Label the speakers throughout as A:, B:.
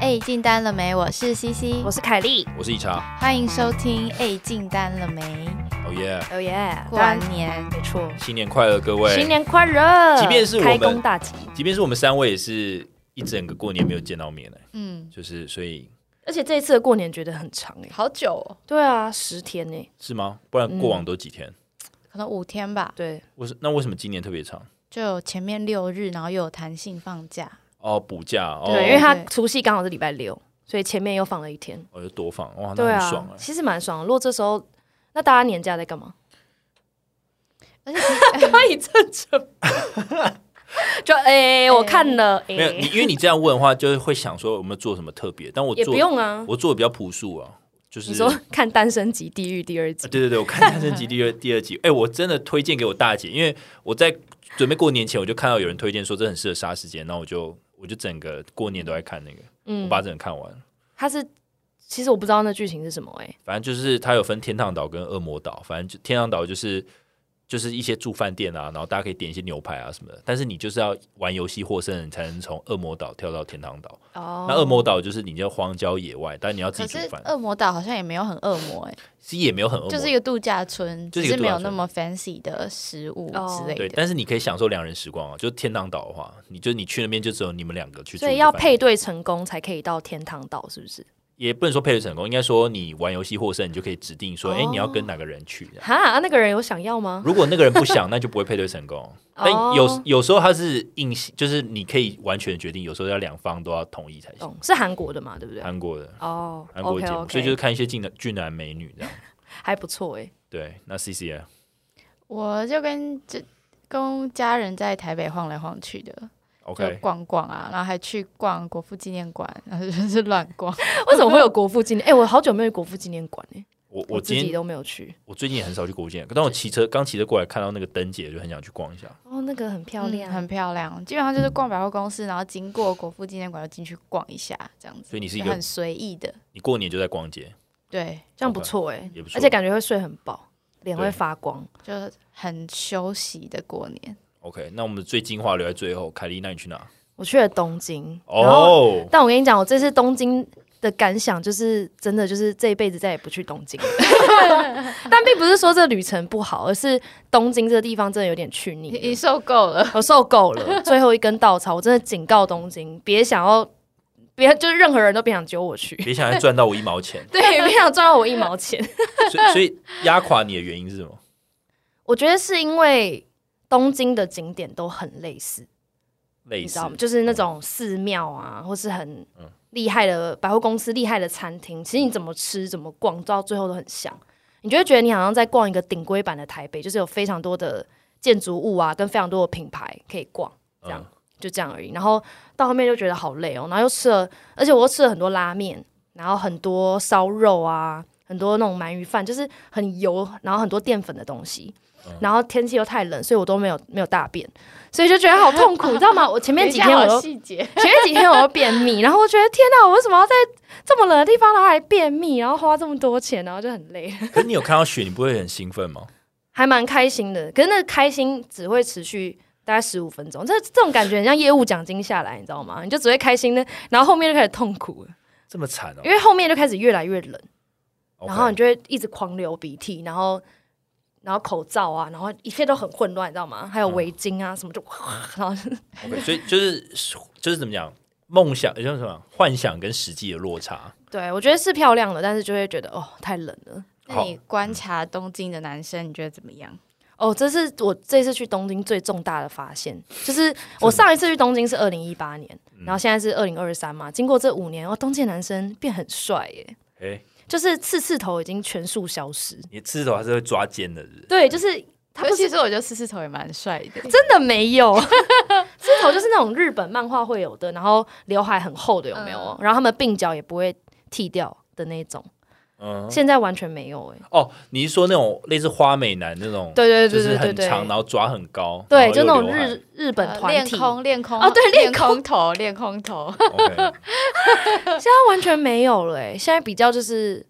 A: 哎，进单了没？我是西西
B: 我，是凯莉。
C: 我是一茶，
A: 欢迎收听。哎，进单了没？
C: 哦耶！
B: 哦耶，
A: 过
B: 当然
A: 完年
B: 没错，
C: 新年快乐，各位！
B: 新，年快乐！
C: 即便是我
B: 开
C: 们
B: 工大吉，
C: 即便是我们三位也是一整个过年没有见到面了，
A: 嗯，
C: 就是所以
B: 而且这一次的过年觉得很长哎、
A: 好久、哦，
B: 对啊，十天哎、
C: 是吗？不然过往都几天？
A: 可能五天吧。
B: 对，
C: 为什、那为什么今年特别长？
A: 就有前面六日，然后又有弹性放 假。
C: 哦，补假哦，
B: 对，因为他
A: 对
B: 除夕刚好是礼拜六，所以前面又放了一天。
C: 我就哦多放哇，
B: 对
C: 那很爽
B: 啊，
C: 哎、
B: 其实蛮爽的。如果这时候，那大家年假在干嘛？
A: 而且其实
B: 他一阵沉 就哎、我看了，哎、
C: 没有你，因为你这样问的话，就是会想说有没有做什么特别？但我
B: 也
C: 做
B: 不用啊。
C: 我做的比较朴素啊，就是
B: 你说 看《单身级地狱》第二集
C: 啊，对对对，我看《单身级》第二第二集，哎、我真的推荐给我大姐，因为我在准备过年前，我就看到有人推荐说这很适合杀时间，然后我就我就整个过年都在看那个，我
B: 嗯
C: 把整个看完。
B: 他是其实我不知道那剧情是什么哎、
C: 反正就是它有分天堂岛跟恶魔岛，反正就天堂岛就是就是一些住饭店啊，然后大家可以点一些牛排啊什么的，但是你就是要玩游戏获胜，你才能从恶魔岛跳到天堂岛。
B: 哦
C: 那恶魔岛就是你要荒郊野外，但你要自
A: 可
C: 己
A: 是
C: 煮饭，
A: 恶魔岛好像也没有很恶魔哎、
C: 其实也没有很恶魔，
A: 就是一个度假村，
C: 就是
A: 只
C: 一个
A: 是
C: 度
A: 没
C: 假村
A: 有那么 fancy 的食物之类
C: 对，
A: 的。
C: 但是你可以享受两人时光啊。就是天堂岛的话，你就你去那边就只有你们两个去住
B: 所
C: 一
B: 以
C: 个
B: 要
C: 饭
B: 配
C: 店，
B: 对成功才可以到天堂岛，是不是？
C: 也不能说配对成功，应该说你玩游戏获胜，你就可以指定说，哎、
B: 哦
C: 你要跟哪个人去。这样
B: 哈，啊那个人有想要 吗？
C: 如果那个人不想，那就不会配对成功。但有、
B: 哦
C: 有时候他是硬性，就是你可以完全决定，有时候要两方都要同意才行。
B: 懂，是韩国的嘛，对不对？
C: 韩国的
B: 哦
C: 韩国
B: ，OK
C: 节目
B: OK，
C: 所以就是看一些俊男俊男美女这样。
B: 还不错哎。
C: 对，那 C C 啊，
A: 我就跟这跟家人在台北晃来晃去的就
C: OK，
A: 逛逛啊，然后还去逛国父纪念馆，然后就是乱逛。
B: 为什么会有国父纪 念？哎，我好久没有国父纪念馆哎，
C: 我
B: 我
C: 我
B: 自
C: 今
B: 己
C: 天
B: 都没有去。
C: 我最近也很少去国建，但我骑车刚骑车过来，看到那个灯节，就很想去逛一下。
B: 哦，那个很漂
A: 嗯
B: 亮
A: 很。漂亮。基本上就是逛百货公司，然后经过国父纪念馆就进去逛一下，这样子。
C: 所以你是一
A: 就
C: 个
A: 很随意的，
C: 你过年就在逛街，
A: 对，
B: 这样不错哎
C: 也不，错
B: 而且感觉会睡很饱，脸会
C: 对
B: 发光。
A: 就很休息的过年。
C: OK，那我们最精华留在最后。凯莉，那你去哪？
B: 我去了东京，然后，
C: 哦，
B: 但我跟你讲，我这次东京的感想就是，真的就是这一辈子再也不去东京了。 但并不是说这旅程不好，而是东京这个地方真的有点去
C: 嗯
B: 腻
A: 你
B: 了。
A: 你受够了，
B: 我受够了，最后一根稻草，我真的警告东京，别想要，别就是任何人都别想揪我去，。
C: 别想再赚到我一毛钱
B: 对，别想赚到我一毛钱。
C: 所以，所以压垮你的原因是什么？
B: 我觉得是因为东京的景点都很类似，
C: 类
B: 你知
C: 似嗯
B: 道吗？就是那种寺庙啊，或是很厉害的百货公司、厉害的餐厅，其实你怎么吃、怎么逛，到最后都很像。你就会觉得你好像在逛一个顶规版的台北，就是有非常多的建筑物啊，跟非常多的品牌可以逛。这样就这样而已。然后到后面就觉得好累哦，然后又吃了，而且我又吃了很多拉面，然后很多烧肉啊，很多那种鳗鱼饭，就是很油，然后很多淀粉的东西。然后天气又太冷，所以我都没有没有大便，所以就觉得好痛苦，你知道吗？我前面几天我
A: 有
B: 都
A: 细节，
B: 前面几天我又便秘，然后我觉得天哪，我为什么要在这么冷的地方，然后还便秘，然后花这么多钱，然后就很累，
C: 嗯可是你有看到雪，你不会很兴奋吗？
B: 还蛮开心的。可是那个开心只会持续大概十五分钟，这这种感觉很像业务奖金下来，你知道吗？你就只会开心的，然后后面就开始痛苦了，
C: 这么惨哦
B: 因。为后面就开始越来越冷，
C: OK
B: 然后
C: 哦
B: 你就会一直狂流鼻涕，然后然后口罩啊，然后一切都很混乱，你知道吗？还有围巾啊什么就， 然后
C: OK，所以就是就是怎么讲，梦想也就是什么幻想跟实际的落差。
B: 对我觉得是漂亮的，但是就会觉得哦太冷了。
A: 那你观察东京的男生，你觉得怎么样？
B: 哦，这是我这次去东京最重大的发现，就是我上一次去东京是二零一八年，
C: 嗯
B: 然后现在是二零二三嘛。经过这五年，哦，东京的男生变很帅耶，
C: 哎，
B: 就是刺刺头已经全数消失。
C: 你刺头还是会抓尖的，是不是？
B: 对，就是他
A: 可
B: 不
A: 是
B: 是
A: 其实我觉得四四头也蛮帅的，
B: 真的没有， 刺头就是那种日本漫画会有的，然后刘海很厚的有没有？
A: 嗯
B: 然后他们鬓角也不会剃掉的那种，
C: 嗯，
B: 现在完全没有哎。
C: 哦，你是说那种类似花美男那种，
B: 对对
C: 就
B: 对
C: 是
B: 对对
C: 很
B: 对，
C: 长，然后抓很高，
B: 对，
C: 然后
B: 就
C: 又
B: 那种
C: 刘海
B: 日日本
A: 呃
B: 团
A: 练
B: 体，
A: 空练空
B: 哦对
A: 练空头练空头，
C: OK，
B: 现在完全没有了、欸，现在比较就是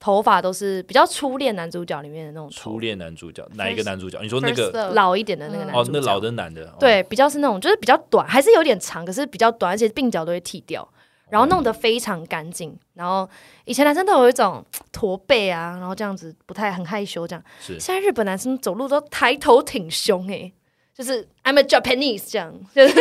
B: 头发都是比较初恋男主角里面的那种头
C: 初恋男主角哪一个男主角？你说那
A: First
C: 个
A: love
B: 老一点的那个男
C: 哦
B: 主角，，
C: 那老的男的，哦
B: 对，比较是那种就是比较短，还是有点长，可是比较短，而且鬓角都会剃掉。然后弄得非常干净。然后以前男生都有一种驼背啊，然后这样子不太很害羞这样。
C: 是
B: 现在日本男生走路都抬头挺胸、欸，就是 I'm a Japanese 这样，就是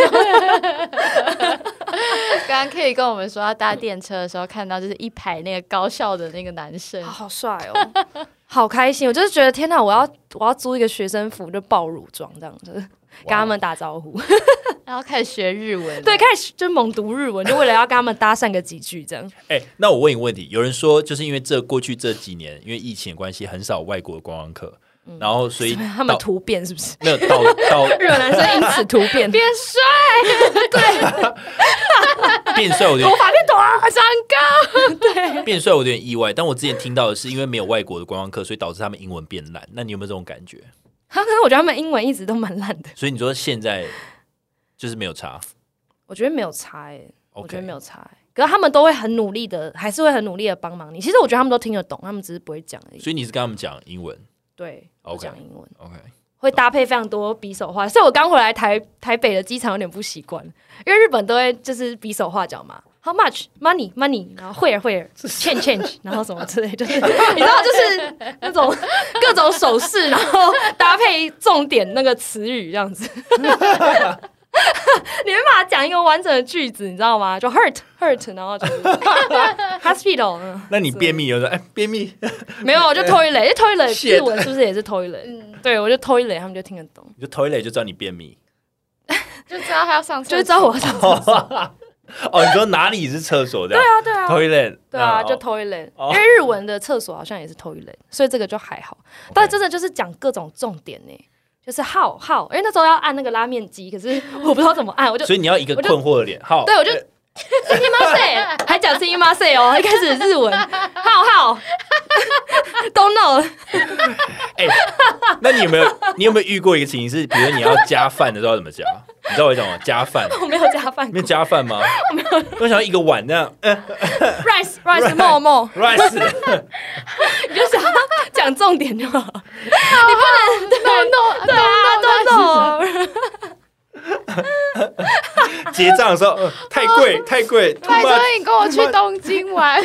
A: 刚刚 K 跟我们说，他搭电车的时候看到就是一排那个高校的那个男生
B: 啊，好帅哦，好开心！我就是觉得天哪，我要我要租一个学生服，就爆乳装这样子，跟他们打招呼。
A: 然后开始学日文了。
B: 对，开始就猛读日文，就为了要跟他们搭讪个几句这样。
C: 哎、那我问一个问题，有人说就是因为这过去这几年因为疫情的关系，很少外国的观光客，
B: 嗯
C: 然 后所以
B: 他们
C: 导
B: 突变是不是？
C: 没有导导
B: 日本男生因此突变，
A: 变帅，
C: 变帅，我有
B: 头
C: 点
B: 发变短，
A: 长高，
C: 变帅，我有点意外。但我之前听到的是，因为没有外国的观光客，所以导致他们英文变烂。那你有没有这种感觉？
B: 他可是我觉得他们英文一直都蛮烂的，
C: 所以你说现在就是没有差
B: 我觉得没有差哎、我觉得
C: ，OK，
B: 没有差、欸。可是他们都会很努力的，还是会很努力的帮忙你。其实我觉得他们都听得懂，他们只是不会讲而已。
C: 所以你是跟他们讲英文
B: 对，
C: OK
B: 不讲英文
C: ，OK？
B: 会搭配非常多比手画，所以我刚回来台台北的机场有点不习惯，因为日本都会就是比手画脚嘛。How much money money，然后 where where change change，然后什么之类，就是 你知道，就是那种各种手势，然后搭配重点那个词语这样子，你没办法讲一个完整的句子，你知道吗？就 hurt hurt，然后就是 hospital，嗯
C: 那你便秘有的哎，便秘，
B: 没有，我就 toilet，因为 toilet
C: Shit
B: 日文是不是也是 toilet？
A: 嗯，
B: 对，我就 toilet，他们就听得懂。
C: 你就 toilet 就知道你便秘。
A: 就知道他要上厕
B: 就
A: 所，
B: 会知道我要上厕所。
C: 哦，你说哪里是厕所这样？
B: 对啊，
C: toilet，
B: 对啊，
C: 那
B: 就
C: 哦
B: toilet，
C: 哦
B: 因为日文的厕所好像也是 toilet，所以这个就还好。但真的就是讲各种重点呢，就是号号，因为那时候要按那个拉面机，可 是我不知道怎么按，我就
C: 所以你要一个
B: 我就
C: 困惑的脸，好，
B: 对我就 s i n m a s e 还讲 s i n m a s e 哦，一开始日文号号 don't know，
C: 哎，那你有没有你有没有遇过一个情形是，比如你要加饭的时候要怎么加？你知道我讲吗？加饭，
B: 我没有加饭
C: 没有加饭吗？ 我想要一个碗那样
B: rice rice 默默，
C: rice，
B: 你就想要讲重点就好。
A: no no 对
B: 啊
A: 啊
B: don't know。
C: 结账的时候呃太贵太贵，too
A: 拜
C: much，
A: 托你跟我去东京玩，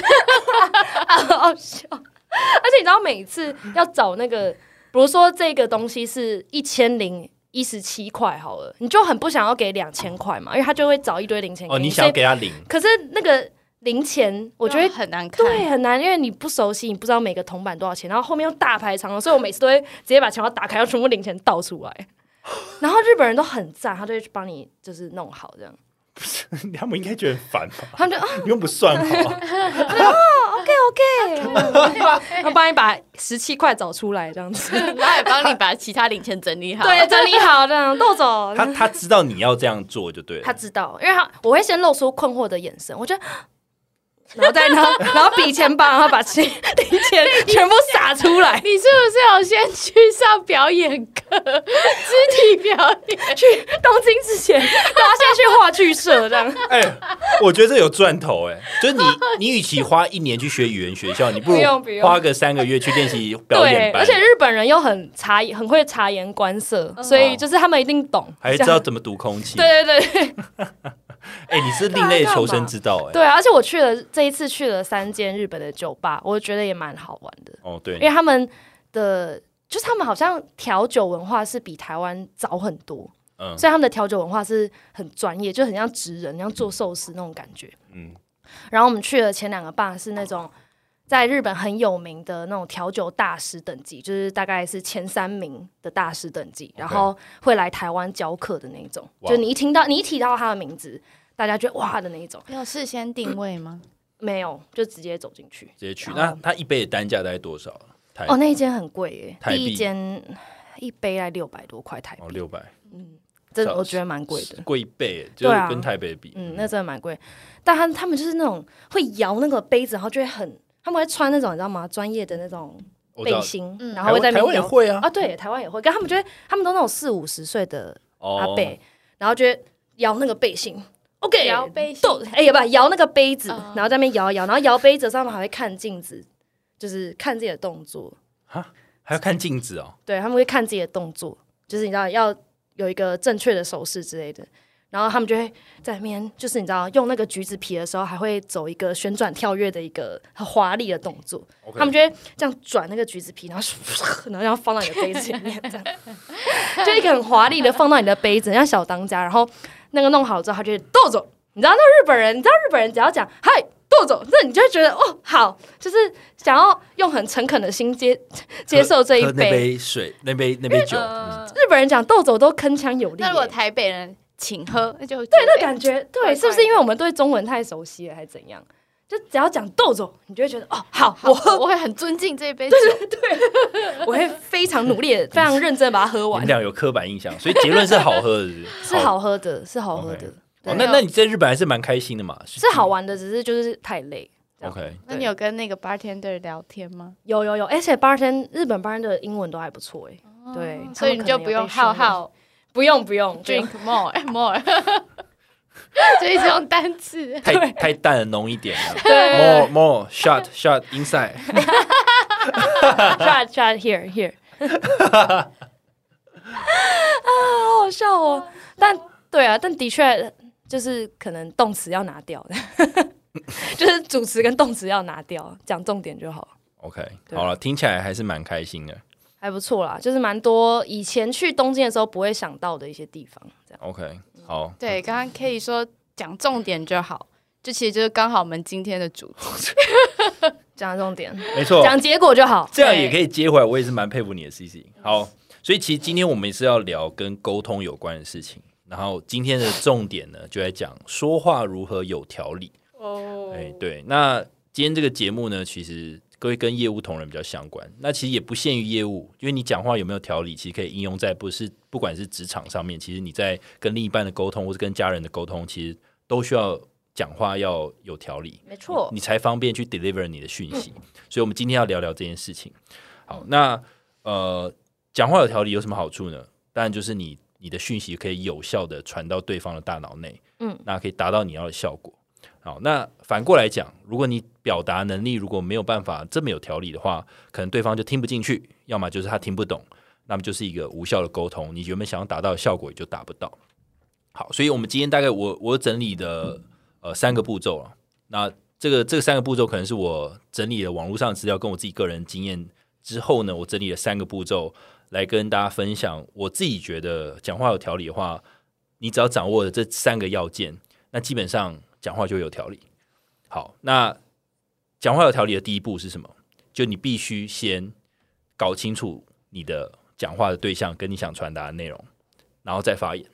B: 好好笑。 而且你知道，每次要找那个，比如说这个东西是一千零一十七块好了，你就很不想要给两千块嘛，因为他就会找一堆零钱给
C: 哦，你
B: 所
C: 想
B: 以
C: 要给他零，
B: 可是那个零钱，我
A: 我
B: 觉得。
A: 很难看。
B: 对，很难，因为你不熟悉，你不知道每个铜板多少钱，然后后面又大排长龙，所以我每次都会直接把钱包打开，要全部零钱倒出来。然后日本人都很赞，他就会去帮你就是弄好这样，
C: 他们应该觉得很烦吧？
B: 他们就啊
C: 你又不算好，
B: OK OK，他帮你把十七块找出来这样子。
A: 然后也帮你把其他零钱整理好。
B: 对，整理好这 样，豆总，
C: 他他知道你要这样做就对
B: 他
C: 了。
B: 知道，因为他我会先露出困惑的眼神，我觉得。 然后再然后然后比钱包，然后把钱零钱全部撒出来，
A: 你是不是有先去上表演课，肢体表演？
B: 去 东京之前都要先去话剧社这样。
C: 哎，我觉得这有赚头哎，就是你你与其花一年去学语言学校，你不
B: 不用
C: 如
B: 不用
C: 花个三个月去练习 表
B: 对，
C: 演班
B: 而，且日本人又很察很会察言观色，所以就是他们一定懂。
C: 还知
B: 这
C: 道
B: 样
C: 怎么读空气。
B: 对对对对
C: 哎，你是另类求生之道哎。
B: 对啊，而且我去了这一次去了三间日本的酒吧，我觉得也蛮好玩的。
C: 哦，对
B: 因，为他们的就是他们好像调酒文化是比台湾早很多，
C: 嗯
B: 所以他们的调酒文化是很专业，就很像职人，像做寿司那种感觉。
C: 嗯，
B: 然后我们去的前两个吧是那种在日本很有名的那种调酒大师等级，就是大概是前三名的大师等级，然后会来台湾教课的那种，
C: 哇
B: 就你一听到你一提到他的名字，大家觉得哇的那一种，
A: 要事先定位吗？
B: 没有就直接走进去。
C: 直接去。
B: 然
C: 那
B: 后
C: 他一杯的单价大概多少？台
B: 哦，那一间很贵耶，
C: 台币
B: 第一间一杯来六百多块台币
C: 哦，六百，
B: 真
C: 少
B: 的我觉得蛮贵的。
C: 贵一倍，就
B: 对啊
C: 跟台北比。
B: 嗯，那真的蛮贵。但他他们就是那种会摇那个杯子，然后就会很，他们会穿那种你知道吗？专业的那种
C: 我知
B: 背
C: 道，
B: 心，
A: 嗯
B: 然后会在那
C: 台湾
B: 边
C: 也
B: 摇。
C: 会啊
B: 啊，。对，台湾也会，跟他们就会，他们都那种四五十岁的
C: 哦
B: 阿伯，然后就会摇那个背心。OK，
A: 摇背心
B: 豆，哎，也不摇那个杯子，
A: 嗯
B: 然后在那边摇一摇，然后摇杯子的时候，他们还会看镜子，就是看自己的动作。
C: 还要看镜子哦。
B: 对，他们会看自己的动作，就是你知道要有一个正确的手势之类的。然后他们就会在那边，就是你知道，用那个橘子皮的时候，还会走一个旋转跳跃的一个很华丽的动作。
C: OK
B: 他们就会这样转那个橘子皮，然后 然后然后放到你的杯子里面，这样就一个很华丽的放到你的杯子，很像小当家。然后那个弄好了之后，他就会豆走。你知道那日本人，你知道日本人只要讲嗨豆走，那你就会觉得哦好，就是想要用很诚恳的心接接受这一
D: 喝那
B: 杯。
D: 杯水，那杯那杯酒，嗯
A: 呃
B: 日本人讲豆走都铿锵有力耶、
A: 那如果台北人请喝，那就对
B: 对，那感觉
A: 怪怪
B: 对，是不是因为我们对中文太熟悉了，还是怎样？就只要讲豆总，你就会觉得 哦，好，
A: 好
B: 我喝，
A: 我会很尊敬这一杯酒，
B: 我会非常努 力、非常认真地把它喝
C: 你
B: 完
C: 们，俩有刻板印象，所以结论是好喝的，是不
B: 是好。喝的，是好喝
C: OK
B: 的，
C: 哦那那你在日本还是蛮开心的嘛？是
B: 是啊好玩的，只是就是太累。这样
C: OK，
A: 那你有跟那个 bartender 聊天吗？
B: 有有有，而且 bartend 日本 bartender 的英文都还不错哎，对
A: 哦所以你就不用浩
B: 他们可能
A: 浩
B: 不用不用，不用
A: drink more more，就一直用单字。
C: 太太淡了，浓一点了。
B: 对
D: more more shot shot inside，
B: ，shot shot here here，啊，好好笑哦！但对啊，但的确就是可能动词要拿掉， 就是主词跟动词要拿掉，讲重点就好，
C: OK，
B: 对
C: 好了，听起来还是蛮开心的。
B: 还不错啦。就是蛮多以前去东京的时候不会想到的一些地方，这样
C: OK，好，
A: 对，刚刚 K 说讲重点就好，这其实就是刚好我们今天的主题。
B: 讲重点，
C: 没错，
B: 讲结果就好。
C: 哦这样也可以接回来。我也是蛮佩服你的 CC。好，所以其实今天我们也是要聊跟沟通有关的事情。然后今天的重点呢，就来讲说话如何有条理。
A: 哦
C: 哎，对，那今天这个节目呢，其实各位跟业务同仁比较相关，那其实也不限于业务，因为你讲话有没有条理，其实可以应用在不是不管是职场上面，其实你在跟另一半的沟通，或是跟家人的沟通，其实都需要讲话要有条理，
B: 没错，嗯
C: 你才方便去 deliver 你的讯息。所以，我们今天要聊聊这件事情。好，那呃，讲话有条理有什么好处呢？当然就是你你的讯息可以有效的传到对方的大脑内，
B: 嗯，
C: 那可以达到你要的效果。好，那反过来讲，如果你表达能力如果没有办法这么有条理的话，可能对方就听不进去，要么就是他听不懂，那么就是一个无效的沟通，你原本想要达到的效果也就达不到。好，所以我们今天大概我我整理的呃三个步骤啊，那这个这三个步骤可能是我整理了网络上的资料跟我自己个人经验之后呢，我整理了三个步骤来跟大家分享。我自己觉得讲话有条理的话，你只要掌握了这三个要件，那基本上讲话就会有条理。好，那讲话有条理的第一步是什么？就你必须先搞清楚你的讲话的对象跟你想传达的内容，然后再发言。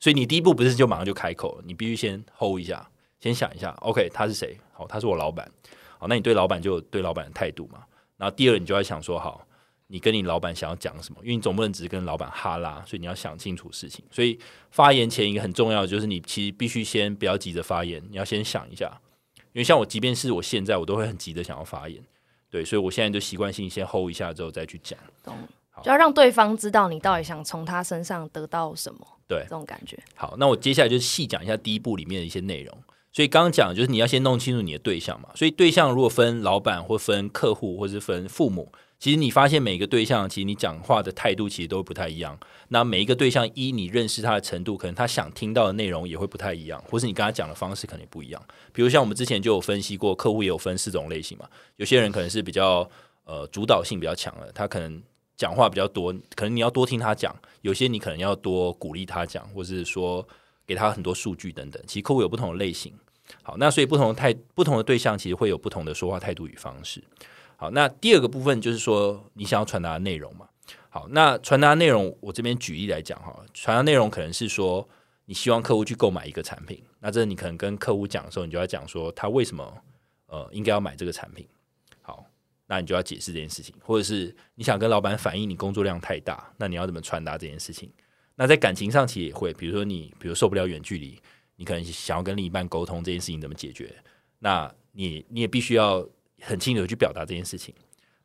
C: 所以你第一步不是就马上就开口了，你必须先 hold 一下，先想一下，OK，他是谁？好，他是我老板。好，那你对老板就有对老板的态度嘛。然后第二，你就要想说，好，你跟你老板想要讲什么？因为你总不能只是跟老板哈拉，所以你要想清楚事情。所以发言前一个很重要的就是，你其实必须先不要急着发言，你要先想一下。因为像我，即便是我现在，我都会很急着想要发言。对，所以我现在就习惯性先 hold 一下之后再去讲。
B: 就要让对方知道你到底想从他身上得到什么，
C: 对
B: 这种感觉。
C: 好，那我接下来就细讲一下第一步里面的一些内容。所以刚刚讲的就是你要先弄清楚你的对象嘛。所以对象如果分老板或分客户或是分父母，其实你发现每个对象，其实你讲话的态度其实都不太一样。那每一个对象，依你认识他的程度，可能他想听到的内容也会不太一样，或是你跟他讲的方式可能也不一样。比如像我们之前就有分析过，客户也有分四种类型嘛。有些人可能是比较呃主导性比较强的，他可能讲话比较多，可能你要多听他讲；有些你可能要多鼓励他讲，或是说给他很多数据等等。其实客户有不同的类型。好，那所以不同的态、不同的对象，其实会有不同的说话态度与方式。好，那第二个部分就是说你想要传达的内容嘛。好，那传达内容，我这边举例来讲哈，传达内容可能是说你希望客户去购买一个产品，那这你可能跟客户讲的时候，你就要讲说他为什么呃应该要买这个产品。好，那你就要解释这件事情，或者是你想跟老板反映你工作量太大，那你要怎么传达这件事情？那在感情上其实也会，比如说你，比如受不了远距离，你可能想要跟另一半沟通这件事情怎么解决，那你你也必须要很清楚地去表达这件事情。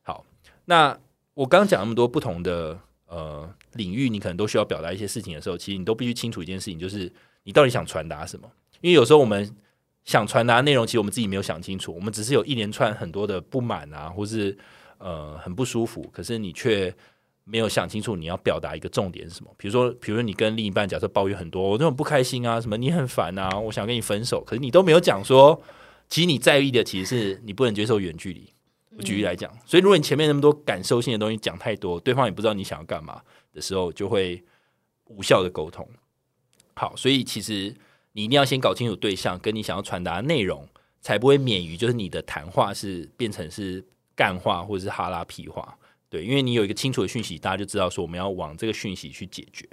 C: 好，那我刚刚讲那么多不同的呃领域，你可能都需要表达一些事情的时候，其实你都必须清楚一件事情，就是你到底想传达什么。因为有时候我们想传达的内容，其实我们自己没有想清楚，我们只是有一连串很多的不满啊，或是呃很不舒服，可是你却没有想清楚你要表达一个重点是什么。比如说，比如说你跟另一半假设抱怨很多，我那种不开心啊，什么你很烦啊，我想跟你分手，可是你都没有讲说，其实你在意的其实是你不能接受远距离。我举例来讲，所以如果你前面那么多感受性的东西讲太多，对方也不知道你想要干嘛的时候，就会无效的沟通。好，所以其实你一定要先搞清楚对象跟你想要传达的内容，才不会免于就是你的谈话是变成是干话或者是哈拉屁话。对，因为你有一个清楚的讯息，大家就知道说我们要往这个讯息去解决。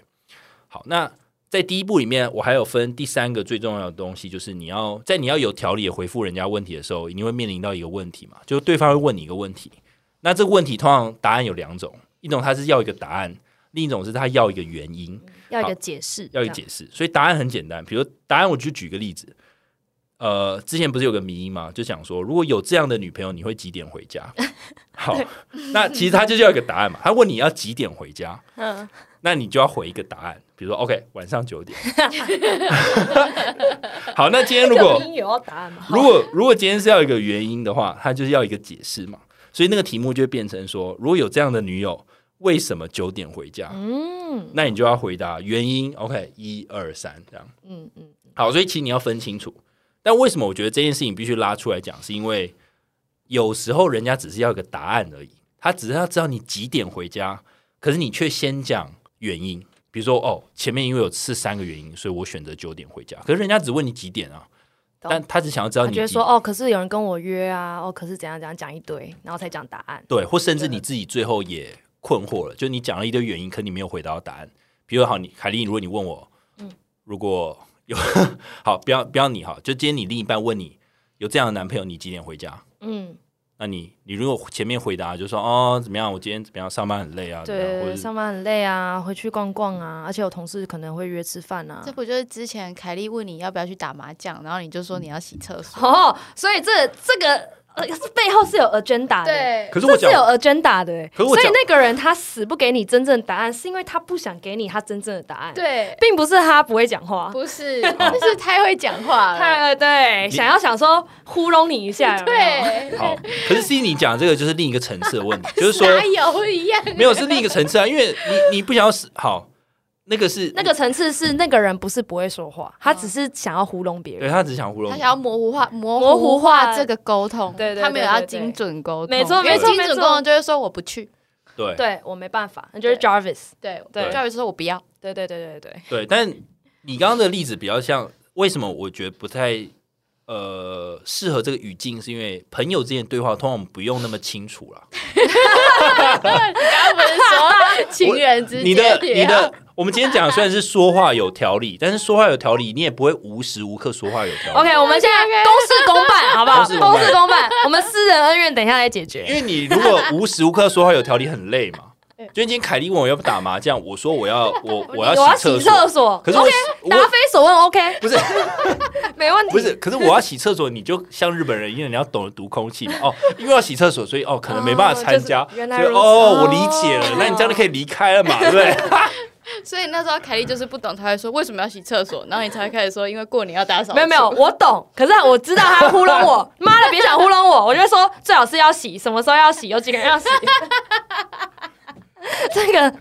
C: 好，那在第一步里面，我还有分第三个最重要的东西，就是你要在你要有条理的回复人家问题的时候，一定会面临到一个问题嘛，就是对方会问你一个问题。那这个问题通常答案有两种，一种他是要一个答案，另一种是他要一个原因。
B: 要一
C: 好
B: 个解释，
C: 要
B: 这
C: 去
B: 样
C: 解释。所以答案很简单，比如答案，我就举个例子，呃，之前不是有个迷因嘛，就想说如果有这样的女朋友，你会几点回家？ 好，那其实他就是要一个答案嘛，他问你要几点回家，
B: 嗯，
C: 那你就要回一个答案，比如说 OK 晚上 九点。好，那今天如果
B: 有要答案吗？
C: 如果如果今天是要一个原因的话，他就是要一个解释嘛，所以那个题目就会变成说，如果有这样的女友，为什么九点回家？
B: 嗯
C: 那你就要回答原因。OK，一二三这样。
B: 嗯嗯，
C: 好，所以其实你要分清楚。但为什么我觉得这件事情必须拉出来讲，是因为有时候人家只是要一个答案而已，他只是要知道你几点回家，可是你却先讲原因，比如说哦，前面因为有是三个原因，所以我选择九点回家，可是人家只问你几点啊，
B: 懂
C: 但他只想要知道
B: 他
C: 你
B: 觉得
C: 几
B: 说哦，可是有人跟我约啊，哦，可是怎样怎样讲一堆，然后才讲答案。
C: 对，或甚至你自己最后也困惑了，就你讲了一堆原因，可你没有回答到答案。比如好，你凯莉，如果你问我，如果有 好，不要不要你哈，就今天你另一半问你有这样的男朋友，你几点回家？
B: 嗯，
C: 那你你如果前面回答就说哦怎么样，我今天怎么样，上班很累啊，怎么样，或
B: 对，
C: 者是
B: 上班很累啊，回去逛逛啊，而且有同事可能会约吃饭啊
A: 这。不就是之前凯莉问你要不要去打麻将，然后你就说你要洗厕所。
B: 哦，所以这这个呃是背后是有 agenda 的，，
A: 对，
C: 可是我
B: 这是
C: 讲
B: 有 agenda 的欸。
C: 可是我
B: 所以
C: 讲
B: 那个人他死不给你真正的答案，是因为他不想给你他真正的答案，，
A: 对，
B: 并不是他不会讲话，
A: 不是，就是太会讲话了。
B: 他对
C: 你
B: 想要想说糊弄你一下，有没有，
A: 对，
C: 好。可是 C 你讲这个就是另一个层次 的问题，就是说
A: 哪有一样？
C: 没有是另一个层次啊，因为你你不想要死好，那个是
B: 那个层次是那个人不是不会说话，他只是想要糊弄别
C: 对
B: 人。
C: 他只想糊弄
A: 他
C: 你
A: 想。要模糊化、模
B: 模糊
A: 糊化
B: 化
A: 这个沟通，
B: 对对对
A: 他没有要
B: 对对
A: 精准沟通，
B: 没错
A: 因为
B: 没错
A: 精
B: 没
A: 准
B: 错
A: 沟通就会说我不去，
C: 对
B: 对我没办法，那就是 Jarvis。
A: 对
B: 对
A: 教育说我不 要，
B: 对对对对对，
C: 对，但你刚刚的例子比较像，为什么我觉得不太呃适合这个语境，是因为朋友之间的对话通常我们不用那么清楚啦。
A: 他们说情人之间
C: 你的
A: 也
C: 你
A: 要
C: 的，我们今天讲的虽然是说话有条理，但是说话有条理，你也不会无时无刻说话有条理。
B: OK，我们现在公事公 办，好不好？
C: 公事公办
B: 公事公办， 我们私人恩怨等一下来解决。
C: 因为你如果无时无刻说话有条理，很累嘛。就今天凯莉问我要不打麻将，我说我要我我
B: 我要
C: 要洗
B: 啊洗
C: 厕
B: 厕
C: 所，
B: 所，
C: 可是我
B: 答
C: 我
B: 非所问，OK，
C: 不是。
B: 没问题。
C: 不是，可是我要洗厕所，你就像日本人一样，你要懂得读空气嘛。哦，因为要洗厕所，所以哦，可能没办法参加。
B: 哦就是原来
C: 所以
B: 如此
C: 哦，我理解了
B: 哦，
C: 那你这样就可以离开了嘛，对 不对？
A: 所以那时候凯莉就是不懂，她会说为什么要洗厕所，然后你才会开始说因为过年要打扫。
B: 没有没有，，我懂，可是我知道他糊弄我， 妈的，别想糊弄我，我就会说最好是要洗，什么时候要洗，有几个人要洗。 这个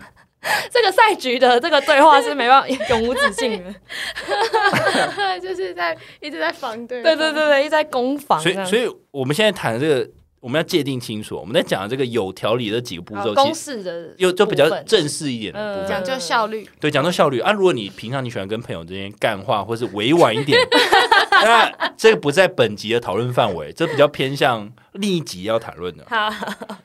B: 这个赛局的这个对话是没办法永无止境 的，
A: 就是在一直在防对
B: 对对对对，一直在攻防
C: 所
B: 这
C: 以，
B: 样。
C: 所以我们现在谈的这个，我们要界定清楚。我们在讲的这个有条理的几个步
B: 好
C: 骤，
B: 公
C: 其实
B: 式哦的
C: 又就比较
B: 部分
C: 正式一点的部
B: 嗯
C: 分。
A: 讲究效率，
C: 对，讲到效率啊，如果你平常你喜欢跟朋友之间干话，或是委婉一点， 那这个不在本集的讨论范围，这比较偏向另一集要谈论的。
B: 好，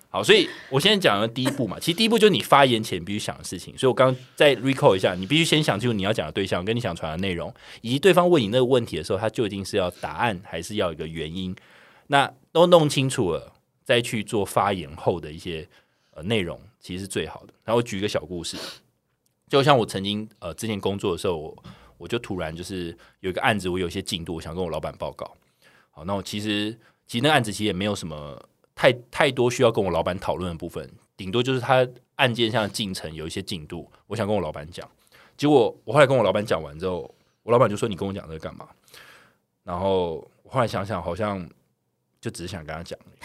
C: 好，所以我现在讲的第一步嘛，其实第一步就是你发言前必须想的事情。所以我刚刚再 recall 一下，你必须先想清楚你要讲的对象跟你想传达的内容，以及对方问你那个问题的时候，他究竟是要答案还是要一个原因。那都弄清楚了，再去做发言后的一些呃内容，其实是最好的。然后我举一个小故事，就像我曾经呃之前工作的时候，我我就突然就是有一个案子，我有一些进度，我想跟我老板报告。好，那我其实其实那个案子其实也没有什么太太多需要跟我老板讨论的部分，顶多就是他案件上的进程有一些进度，我想跟我老板讲。结果我后来跟我老板讲完之后，我老板就说：“你跟我讲这个干嘛？”然后我后来想想，好像就只是想跟他讲而已。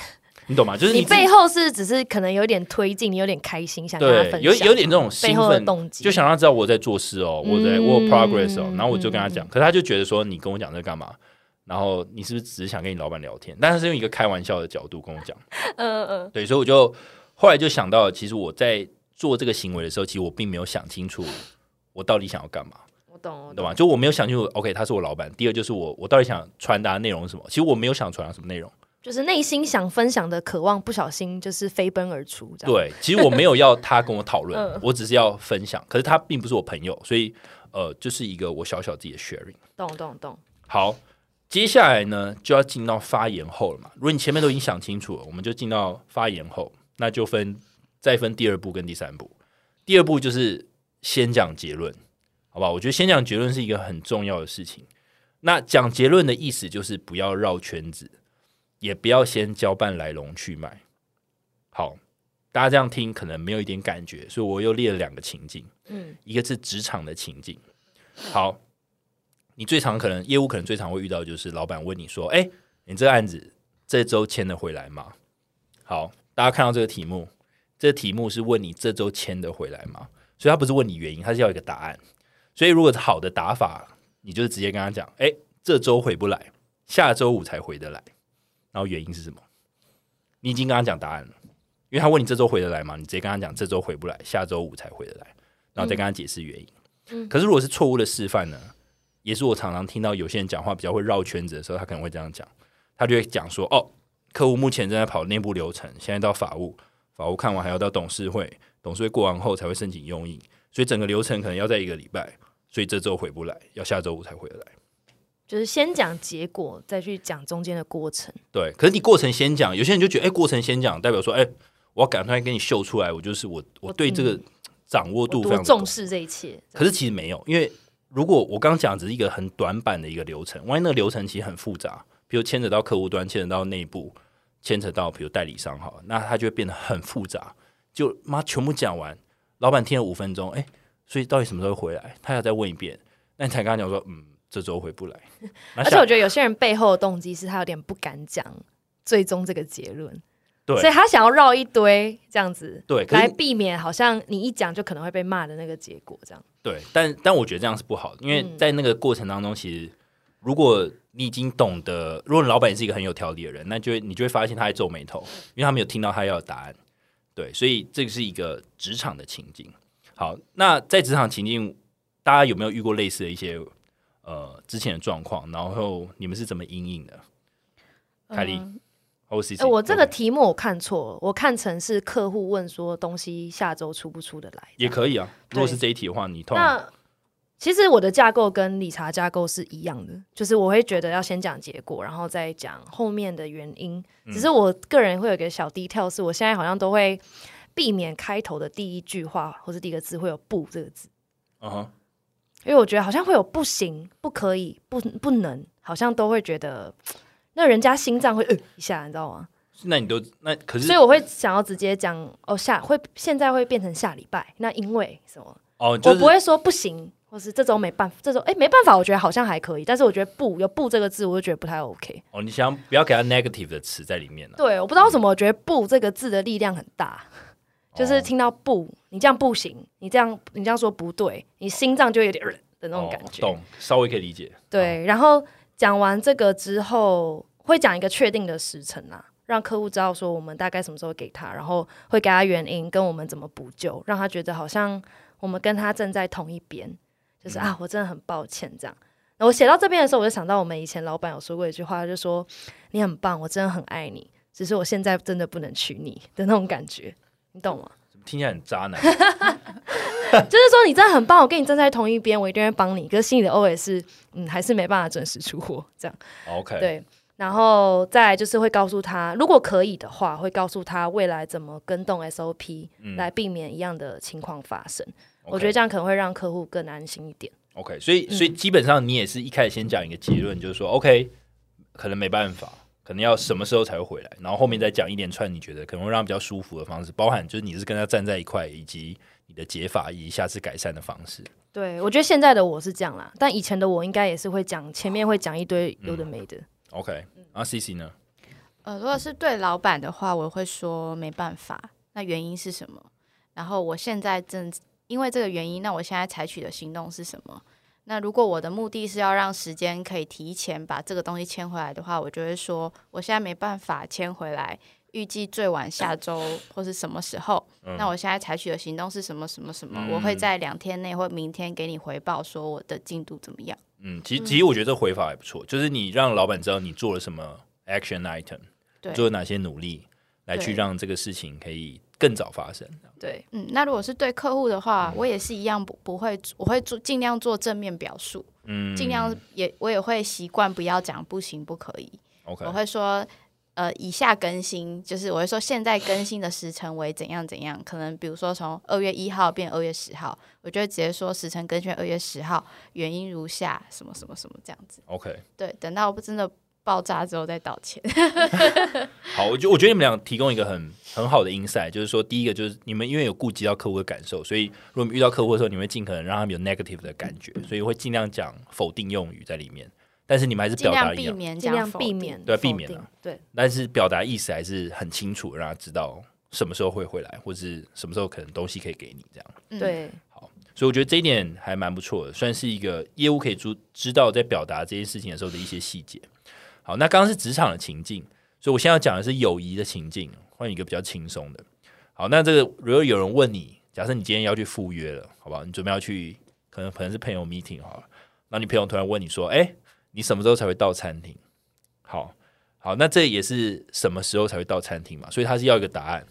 C: 你懂吗？就是
B: 你
C: 自己
B: 背后是只是可能有点推进，你有点开心，想跟他
C: 对
B: 分享，
C: 有有点这种
B: 背
C: 兴
B: 后的
C: 奋
B: 动机，
C: 就想要知道我在做事哦，我在我有 progress 哦
B: 嗯，
C: 然后我就跟他讲，可是他就觉得说你跟我讲这干嘛？然后你是不是只是想跟你老板聊天？但是是用一个开玩笑的角度跟我讲，
B: 嗯嗯
C: 对，所以我就后来就想到，其实我在做这个行为的时候，其实我并没有想清楚我到底想要干嘛，
B: 嗯，我懂，我
C: 对
B: 懂，
C: 吧？就我没有想清楚，OK，他是我老板。第二就是我我到底想传达内容是什么？其实我没有想传达什么内容，
B: 就是内心想分享的渴望，不小心就是飞奔而出，这样。
C: 对，其实我没有要他跟我讨
B: 嗯
C: 论，我只是要分享。可是他并不是我朋友，所以呃，就是一个我小小自己的 sharing。
B: 懂懂懂，
C: 好，接下来呢就要进到发言后了嘛。如果你前面都已经想清楚了，我们就进到发言后，那就分再分第二步跟第三步。第二步就是先讲结论，好吧？我觉得先讲结论是一个很重要的事情。那讲结论的意思就是不要绕圈子，也不要先交办来龙去脉。好，大家这样听可能没有一点感觉，所以我又列了两个情境，
B: 嗯，
C: 一个是职场的情境。好，你最常可能业务可能最常会遇到就是老板问你说：“哎、你这个案子这周签得回来吗？”好，大家看到这个题目，这个题目是问你这周签得回来吗？所以他不是问你原因，他是要一个答案。所以如果是好的打法，你就是直接跟他讲：“哎、这周回不来，下周五才回得来。”然后原因是什么？你已经跟他讲答案了，因为他问你这周回得来吗？你直接跟他讲这周回不来，下周五才回得来，然后再跟他解释原因。可是如果是错误的示范呢？也是我常常听到有些人讲话比较会绕圈子的时候，他可能会这样讲，他就会讲说：“哦，客户目前正在跑内部流程，现在到法务，法务看完还要到董事会，董事会过完后才会申请用印，所以整个流程可能要在一个礼拜，所以这周回不来，要下周五才回得来。”
B: 就是先讲结果，再去讲中间的过程。
C: 对，可是你过程先讲，有些人就觉得，哎、过程先讲代表说，哎、我要赶快给你秀出来，我就是我，我对这个掌握
B: 我
C: 度非
B: 多
C: 常
B: 重
C: 重。
B: 视这一切，
C: 可是其实没有，因为如果我刚讲只是一个很短板的一个流程，万一那个流程其实很复杂，比如牵扯到客户端，牵扯到内部，牵扯到比如代理商好了，那它就会变得很复杂。就妈全部讲完，老板听了五分钟，哎、所以到底什么时候回来？他要再问一遍，那你才跟他讲说，嗯，这周回不来。而
B: 而且我觉得有些人背后的动机是他有点不敢讲最终这个结论，
C: 对
B: 所以他想要绕一堆这样子，
C: 对可是
B: 来避免好像你一讲就可能会被骂的那个结果，这样。
C: 对，但但我觉得这样是不好的，因为
B: 嗯
C: 在那个过程当中，其实如果你已经懂得，如果你老板也是一个很有条理的人，那就会你就会发现他在皱眉头，因为他没有听到他要的答案。对，所以这是一个职场的情境。好，那在职场情境，大家有没有遇过类似的一些呃之前的状况？然后你们是怎么应应的？凯莉
A: 嗯
C: 或是
B: 哎、我这个题目我看错了，我看成是客户问说东西下周出不出得来，
C: 也可以啊。如果
B: 对
C: 是这一题的话，你通常
B: 那其实我的架构跟理查架构是一样的，就是我会觉得要先讲结果，然后再讲后面的原因。只是我个人会有一个小低跳，是我现在好像都会避免开头的第一句话或是第一个字会有“不”这个字，
C: 嗯哼，
B: 因为我觉得好像会有不行、不可以、不不能，好像都会觉得那人家心脏会呃一下，你知道吗？
C: 那你都那可是
B: 所以我会想要直接讲哦，下会现在会变成下礼拜，那因为什么？
C: 哦，就
B: 我
C: 是
B: 不会说不行，或是这周没办法，这周哎、没办法，我觉得好像还可以，但是我觉得不有不这个字，我就觉得不太 OK。
C: 哦，你想不要给他 negative 的词在里面啊了、
B: 对，我不知道为什么，我觉得不这个字的力量很大，
C: 哦
B: 就是听到不，你这样不行，你这样你这样说不对，你心脏就有点、呃的那种感觉。
C: 哦懂，稍微可以理解。
B: 对，然后讲完这个之后，会讲一个确定的时辰啊，让客户知道说我们大概什么时候给他，然后会给他原因，跟我们怎么补救，让他觉得好像我们跟他站在同一边，就是、啊，我真的很抱歉这样。那我写到这边的时候，我就想到我们以前老板有说过一句话，就说你很棒，我真的很爱你，只是我现在真的不能娶你的那种感觉，你懂吗？
C: 听起来很渣 男。
B: 就是说你真的很棒，我跟你站在同一边，我一定会帮你。可是心里的 OS 是，嗯，还是没办法准时出货这样。
C: 哦 OK，，
B: 对，然后再来就是会告诉他，如果可以的话，会告诉他未来怎么跟动 SOP、来
C: 嗯
B: 避免一样的情况发生。我觉得这样可嗯能会让客户更安心一点。
C: OK。所以，所以基本上你也是一开始先讲一个结论，就是说 OK，可能没办法，可能要什么时候才会回来，然后后面再讲一连串你觉得可能会让他比较舒服的方式，包含就是你是跟他站在一块，以及你的解法以及下次改善的方式。
B: 对，我觉得现在的我是这样啦，但以
C: 嗯
B: 前的我应该也是会讲前面会讲一堆有的没的。
C: OK，然后 CC 呢？
A: 呃，如果是对老板的话，我会说没办法，那原因是什么？然后我现在正因为这个原因，那我现在采取的行动是什么？那如果我的目的是要让时间可以提前把这个东西签回来的话，我就会说我现在没办法签回来，预计最晚下周或是什么时候。那我现在采取的行动是什么什么什么？我会在两天内或明天给你回报，说我的进度怎么样。
C: 嗯，其实其实我觉得这回法还不错，就是你让老板知道你做了什么 action item，
A: 对
C: 做了哪些努力，来去
A: 对
C: 让这个事情可以更早发生。
B: 对，
A: 嗯，那如果是对客户的话，我也是一样不不会，我会做尽量做正面表述，
C: 嗯，
A: 尽量也我也会习惯不要讲不行不可以，
C: OK，
A: 我会说呃以下更新，就是我会说现在更新的时程为怎样怎样，可能比如说从二月一号变二月十号，我就会直接说时程更新二月十号，原因如下，什么什么什么这样子，
C: OK，
A: 对，等到真的爆炸之后再道歉，
C: 好，我就我觉得你们俩提供一个很很好的 insight，就是说，第一个就是你们因为有顾及到客户的感受，所以如果你们遇到客户的时候，你们会尽可能让他们有 negative 的感
A: 嗯
C: 觉，所以会尽量讲否定用语在里面，但是你们还是
A: 尽
C: 表达
A: 量
C: 一
A: 避
C: 样，
A: 免
B: 尽
A: 讲
B: 量
A: 否
B: 避
A: 定
B: 免，
C: 对
B: 否
C: 避免
B: 定
C: 啊
B: 对，
C: 但是表达意思还是很清楚，让他知道什么时候会回来，或是什么时候可能东西可以给你这样。
A: 嗯
B: 对，
C: 所以我觉得这一点还蛮不错的，算是一个业务可以知知道在表达这件事情的时候的一些细节。好，那刚刚是职场的情境，所以我现在要讲的是友谊的情境，换一个比较轻松的。好，那这个如果有人问你，假设你今天要去赴约了，好不好？你准备要去，可能可能是朋友 meeting 好了，那你朋友突然问你说：“哎、你什么时候才会到餐厅？”好好，那这也是什么时候才会到餐厅嘛？所以他是要一个答案。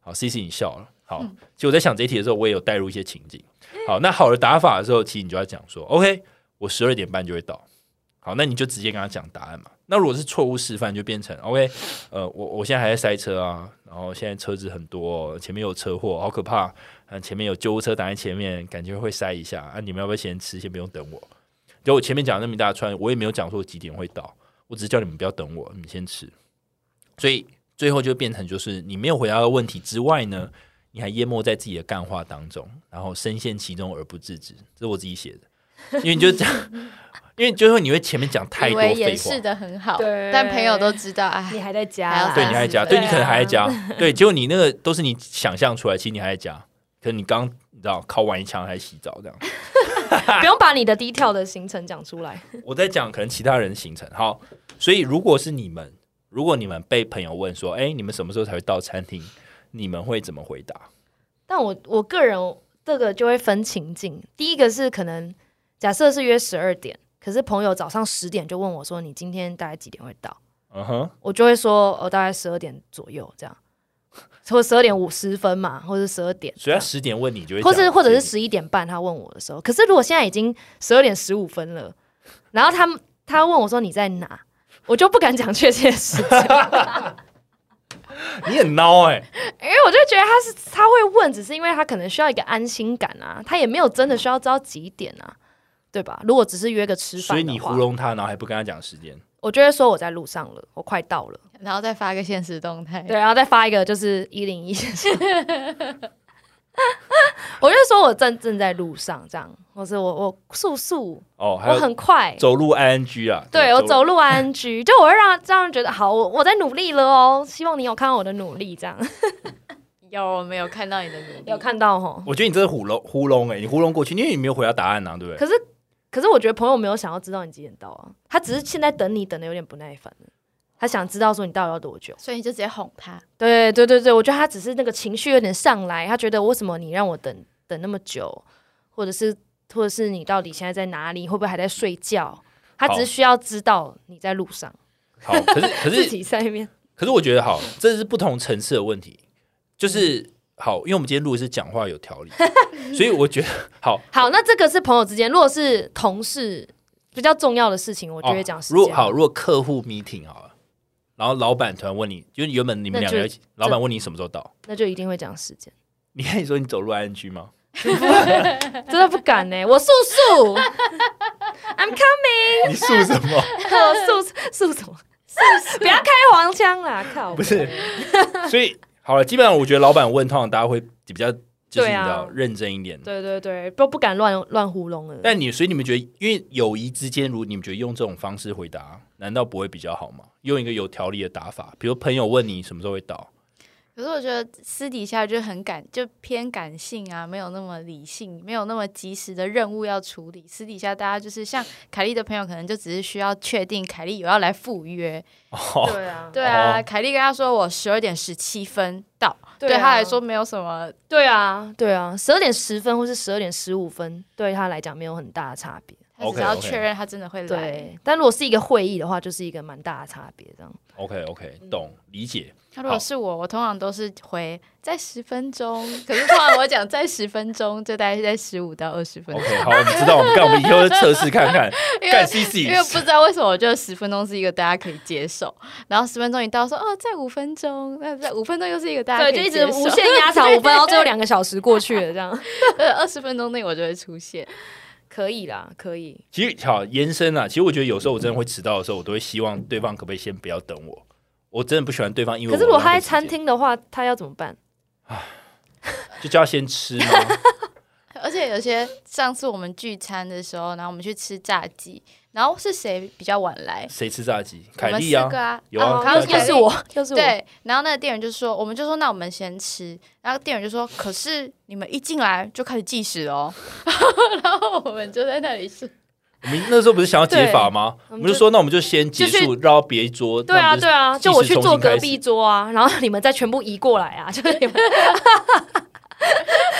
C: 好，C C 你笑了。好，其实我在想这一题的时候，我也有带入一些情境。好，那好的打法的时候，其实你就要讲说，OK，我十二点半就会到。好，那你就直接跟他讲答案嘛。那如果是错误示范，就变成 OK，呃，我我现在还在塞车啊，然后现在车子很多，前面有车祸，好可怕，啊，前面有救护车挡在前面，感觉会塞一下啊，你们要不要先吃，先不用等我？就我前面讲那么一大串，我也没有讲说我几点会到，我只是叫你们不要等我，你们先吃。所以最后就变成就是你没有回答到问题之外呢，你还淹没在自己的干话当中，然后深陷其中而不自知。这是我自己写的，因为你就这样，因为就是说你会前面讲太
A: 以
C: 多
A: 为
C: 废
A: 掩
C: 话
A: 饰，的很好，
B: 对
A: 但朋友都知道，哎
B: 你，还在
A: 还
B: 家
A: 要
B: 啦，
C: 对你还在加，
A: 30分
C: 对你可能还在加，对，结果你那个都是你想象出来，其实你还在加，可能你刚你知道烤完一枪还洗澡这样。
B: 不用把你的低调的行程讲出来。
C: 我在讲可能其他人的行程。好，所以如果是你们，如果你们被朋友问说，哎、你们什么时候才会到餐厅？你们会怎么回答？
B: 但我我个人这个就会分情境，第一个是可能假设是约十二点，可是朋友早上十点就问我说你今天大概几点会到，
C: 嗯哼，
B: 我就会说哦大概十二点左右这样，或十二点五十分嘛，或者十二点这
C: 所以
B: 样，
C: 他十点问你就会讲，
B: 或是或者是十一点半他问我的时候，可是如果现在已经十二点十五分了，然后他他问我说你在哪，我就不敢讲确切时间。
C: 你很孬哎、
B: 因为我就觉得他是他会问，只是因为他可能需要一个安心感啊，他也没有真的需要知道几点啊，对吧？如果只是约个吃饭
C: 所
B: 的话，
C: 以你糊弄他，然后还不跟他讲时间。
B: 我就会说我在路上了，我快到了，
A: 然后再发个现实动态，
B: 对，然后再发一个就是一零一， 我就说我正正在路上这样，或是我我速速，
C: 哦，还
B: 我
C: 有
B: 很快，
C: 走路 ing 啊，
B: 对我走
C: 路
B: 路安居，就我会让这样觉得好，我我在努力了哦，希望你有看到我的努力，这样
A: 有我没有看到你的努力？
B: 有看到吼。
C: 我觉得你真的糊弄糊弄哎、你糊弄过去，因为你没有回答答案啊，对不对？
B: 可是，可是我觉得朋友没有想要知道你几点到啊，他只是现在等你等的有点不耐烦了，他想知道说你到底要多久。
A: 所以你就直接哄他。
B: 对对对对，我觉得他只是那个情绪有点上来，他觉得为什么你让我等等那么久，或者是或者是你到底现在在哪里，会不会还在睡觉？他只
C: 好
B: 是需要知道你在路上，
C: 好，可是可
B: 自
C: 是
B: 己在那边。
C: 可是我觉得好，这是不同层次的问题，就是好，因为我们今天录的是讲话有 条理，所以我觉得好，
B: 好，那这个是朋友之间，如果是同事比较重要的事情，我就会讲时
C: 啊哦如果
B: 间。
C: 好，如果客户 meeting 好了，然后老板突然问你，就是原本你们
B: 那
C: 两
B: 就
C: 个人一起，老板问你什么时候到，
B: 那就一定会讲时间。
C: 你看你说你走路 ing 吗？
B: 真的不敢呢、我速 速，I'm coming。
C: 你速什么？
B: 诉诉什么？不要开黄腔啦！靠，
C: 不是，所以好了，基本上我觉得老板问，通常大家会比较就是你
B: 对啊
C: 要认真一点。
B: 对对对，都不敢乱乱糊弄了。
C: 但你所以你们觉得，因为友谊之间，如果你们觉得用这种方式回答，难道不会比较好吗？用一个有条理的打法，比如朋友问你什么时候会到，
A: 可是我觉得私底下就很感，就偏感性啊，没有那么理性，没有那么及时的任务要处理。私底下大家就是像凯莉的朋友，可能就只是需要确定凯莉有要来赴约。
C: 哦，
B: 对啊，
A: 对啊，
C: 哦
A: 凯莉跟他说我十二点十七分到，
B: 对
A: 对
B: 啊
A: 他来说没有什么
B: 对啊，对啊，十二点十分或是十二点十五分，对他来讲没有很大的差别。
A: 他只
C: OK，
A: 是要
C: OK
A: 确认他真的会来。
B: 对，但如果是一个会议的话，就是一个蛮大的差别。这样，
C: OK OK，懂理解。
A: 那如果是我，我通常都是回在十分钟，可是通常我讲在十分钟，就大概是在十五到二十分钟，
C: OK，好，我们知道，我们干，我们以后就测试看看，
A: 因为
C: 干 CC
A: 因为不知道为什么，我觉得十分钟是一个大家可以接受，然后十分钟一到说哦，在五分钟，那在五分钟又是一个大家可
B: 对，就
A: 以
B: 一
A: 接受
B: 直无限 压长五分，然后最后两个小时过去了，这样
A: 对二十分钟内我就会出现。
B: 可以啦，可以。
C: 其实好延伸啊，其实我觉得有时候我真的会迟到的时候，我都会希望对方可不可以先不要等我。我真的不喜欢对方，因为
B: 可是如
C: 我
B: 果
C: 浪
B: 他
C: 费
B: 在
C: 时
B: 餐
C: 间，
B: 厅的话，他要怎么办？
C: 就叫他先吃吗？
A: 而且有些上次我们聚餐的时候，然后我们去吃炸鸡，然后是谁比较晚来？
C: 谁吃炸鸡？
A: 我
C: 凯
A: 们
C: 莉
A: 四
C: 啊，
A: 个啊，
C: 有啊
A: 哦
C: 凯
A: 然
C: 莉
A: 后凯
B: 又
C: 啊
B: 又
A: 莉
B: 是我，又是我，
A: 对，然后那个店员就说，我们就说那我们先吃，然后店员就说，可是你们一进来就开始计时哦， 然后我们就在那里是，
C: 我们那时候不是想要解法吗？
B: 对
C: 我们就说，那我们就先结
B: 就
C: 束，绕到别桌。
B: 对
C: 那我
B: 啊，
C: 们
B: 对啊，
C: 计时
B: 就我去
C: 重新
B: 坐隔
C: 开始
B: 壁桌啊，然后你们再全部移过来啊，就是你们，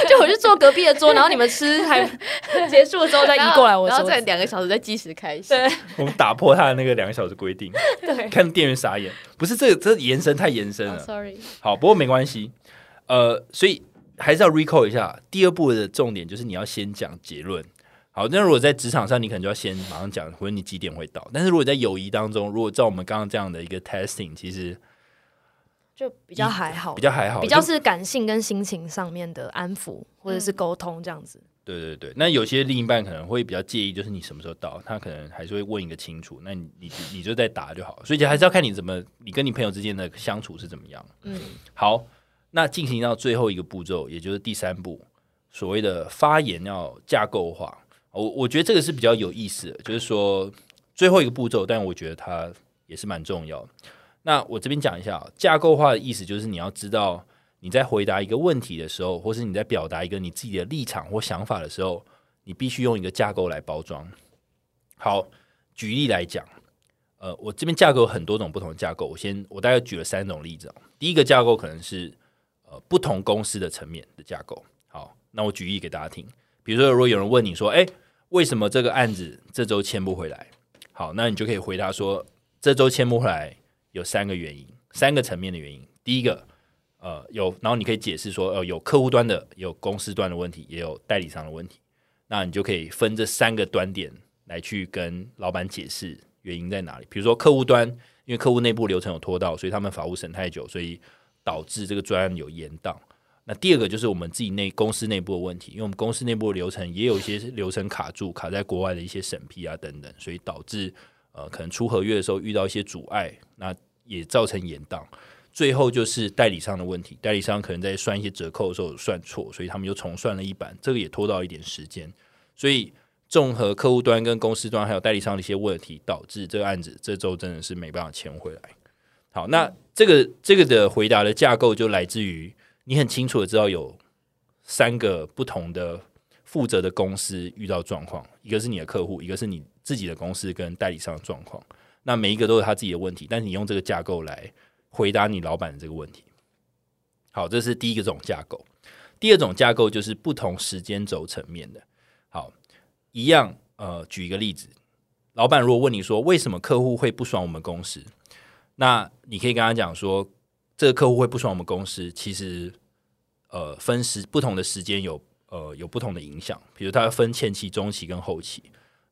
B: 就我去坐隔壁的桌，然后你们吃还结束之后再移过来我
A: 然后然
B: 桌
A: 后再
B: 子。
A: 两个小时再计时开始，
B: 对
C: 我们打破他的那个两个小时规定，
B: 对，
C: 看店员傻眼。不是这个，这延伸太延伸
A: 哦
C: 了。
A: ，sorry，
C: 好，不过没关系。呃，所以还是要 recall 一下，第二步的重点就是你要先讲结论。好，那如果在职场上，你可能就要先马上讲，或者你几点会到。但是如果在友谊当中，如果照我们刚刚这样的一个 testing，其实
B: 就比较还好，
C: 比较还好，
B: 比较
C: 就是
B: 感性跟心情上面的安抚或者是沟通这样子。
C: 对对对。那有些另一半可能会比较介意，就是你什么时候到，他可能还是会问一个清楚。那你你你就再答就好。所以还是要看你怎么，你跟你朋友之间的相处是怎么样。
B: 嗯，
C: 好，那进行到最后一个步骤，也就是第三步，所谓的发言要架构化。我我觉得这个是比较有意思的，就是说最后一个步骤，但我觉得它也是蛮重要的。那我这边讲一下啊，架构化的意思就是你要知道你在回答一个问题的时候，或是你在表达一个你自己的立场或想法的时候，你必须用一个架构来包装。好，举例来讲，呃，我这边架构有很多种不同的架构，我先我大概举了三种例子啊。第一个架构可能是呃不同公司的层面的架构。好，那我举例给大家听，比如说如果有人问你说，哎，为什么这个案子这周签不回来？好，那你就可以回答说，这周签不回来有三个原因，三个层面的原因。第一个，呃，有，然后你可以解释说，呃，有客户端的，有公司端的问题，也有代理商的问题。那你就可以分这三个端点来去跟老板解释原因在哪里。比如说客户端，因为客户内部流程有拖到，所以他们法务审太久，所以导致这个专案有延宕。那第二个就是我们自己内公司内部的问题，因为我们公司内部的流程也有一些流程卡住，卡在国外的一些审批啊等等，所以导致呃可能出合约的时候遇到一些阻碍，那也造成延宕。最后就是代理商的问题，代理商可能在算一些折扣的时候有算错，所以他们又重算了一版，这个也拖到一点时间。所以综合客户端跟公司端还有代理商的一些问题，导致这个案子这周真的是没办法签回来。好，那这个这个的回答的架构就来自于你很清楚的知道有三个不同的负责的公司遇到状况，一个是你的客户，一个是你自己的公司跟代理商的状况。那每一个都是他自己的问题，但是你用这个架构来回答你老板的这个问题。好，这是第一个种架构。第二种架构就是不同时间轴层面的。好，一样，呃，举一个例子，老板如果问你说为什么客户会不爽我们公司，那你可以跟他讲说，这个客户会不爽我们公司，其实呃分时不同的时间有呃有不同的影响，比如它分前期、中期跟后期。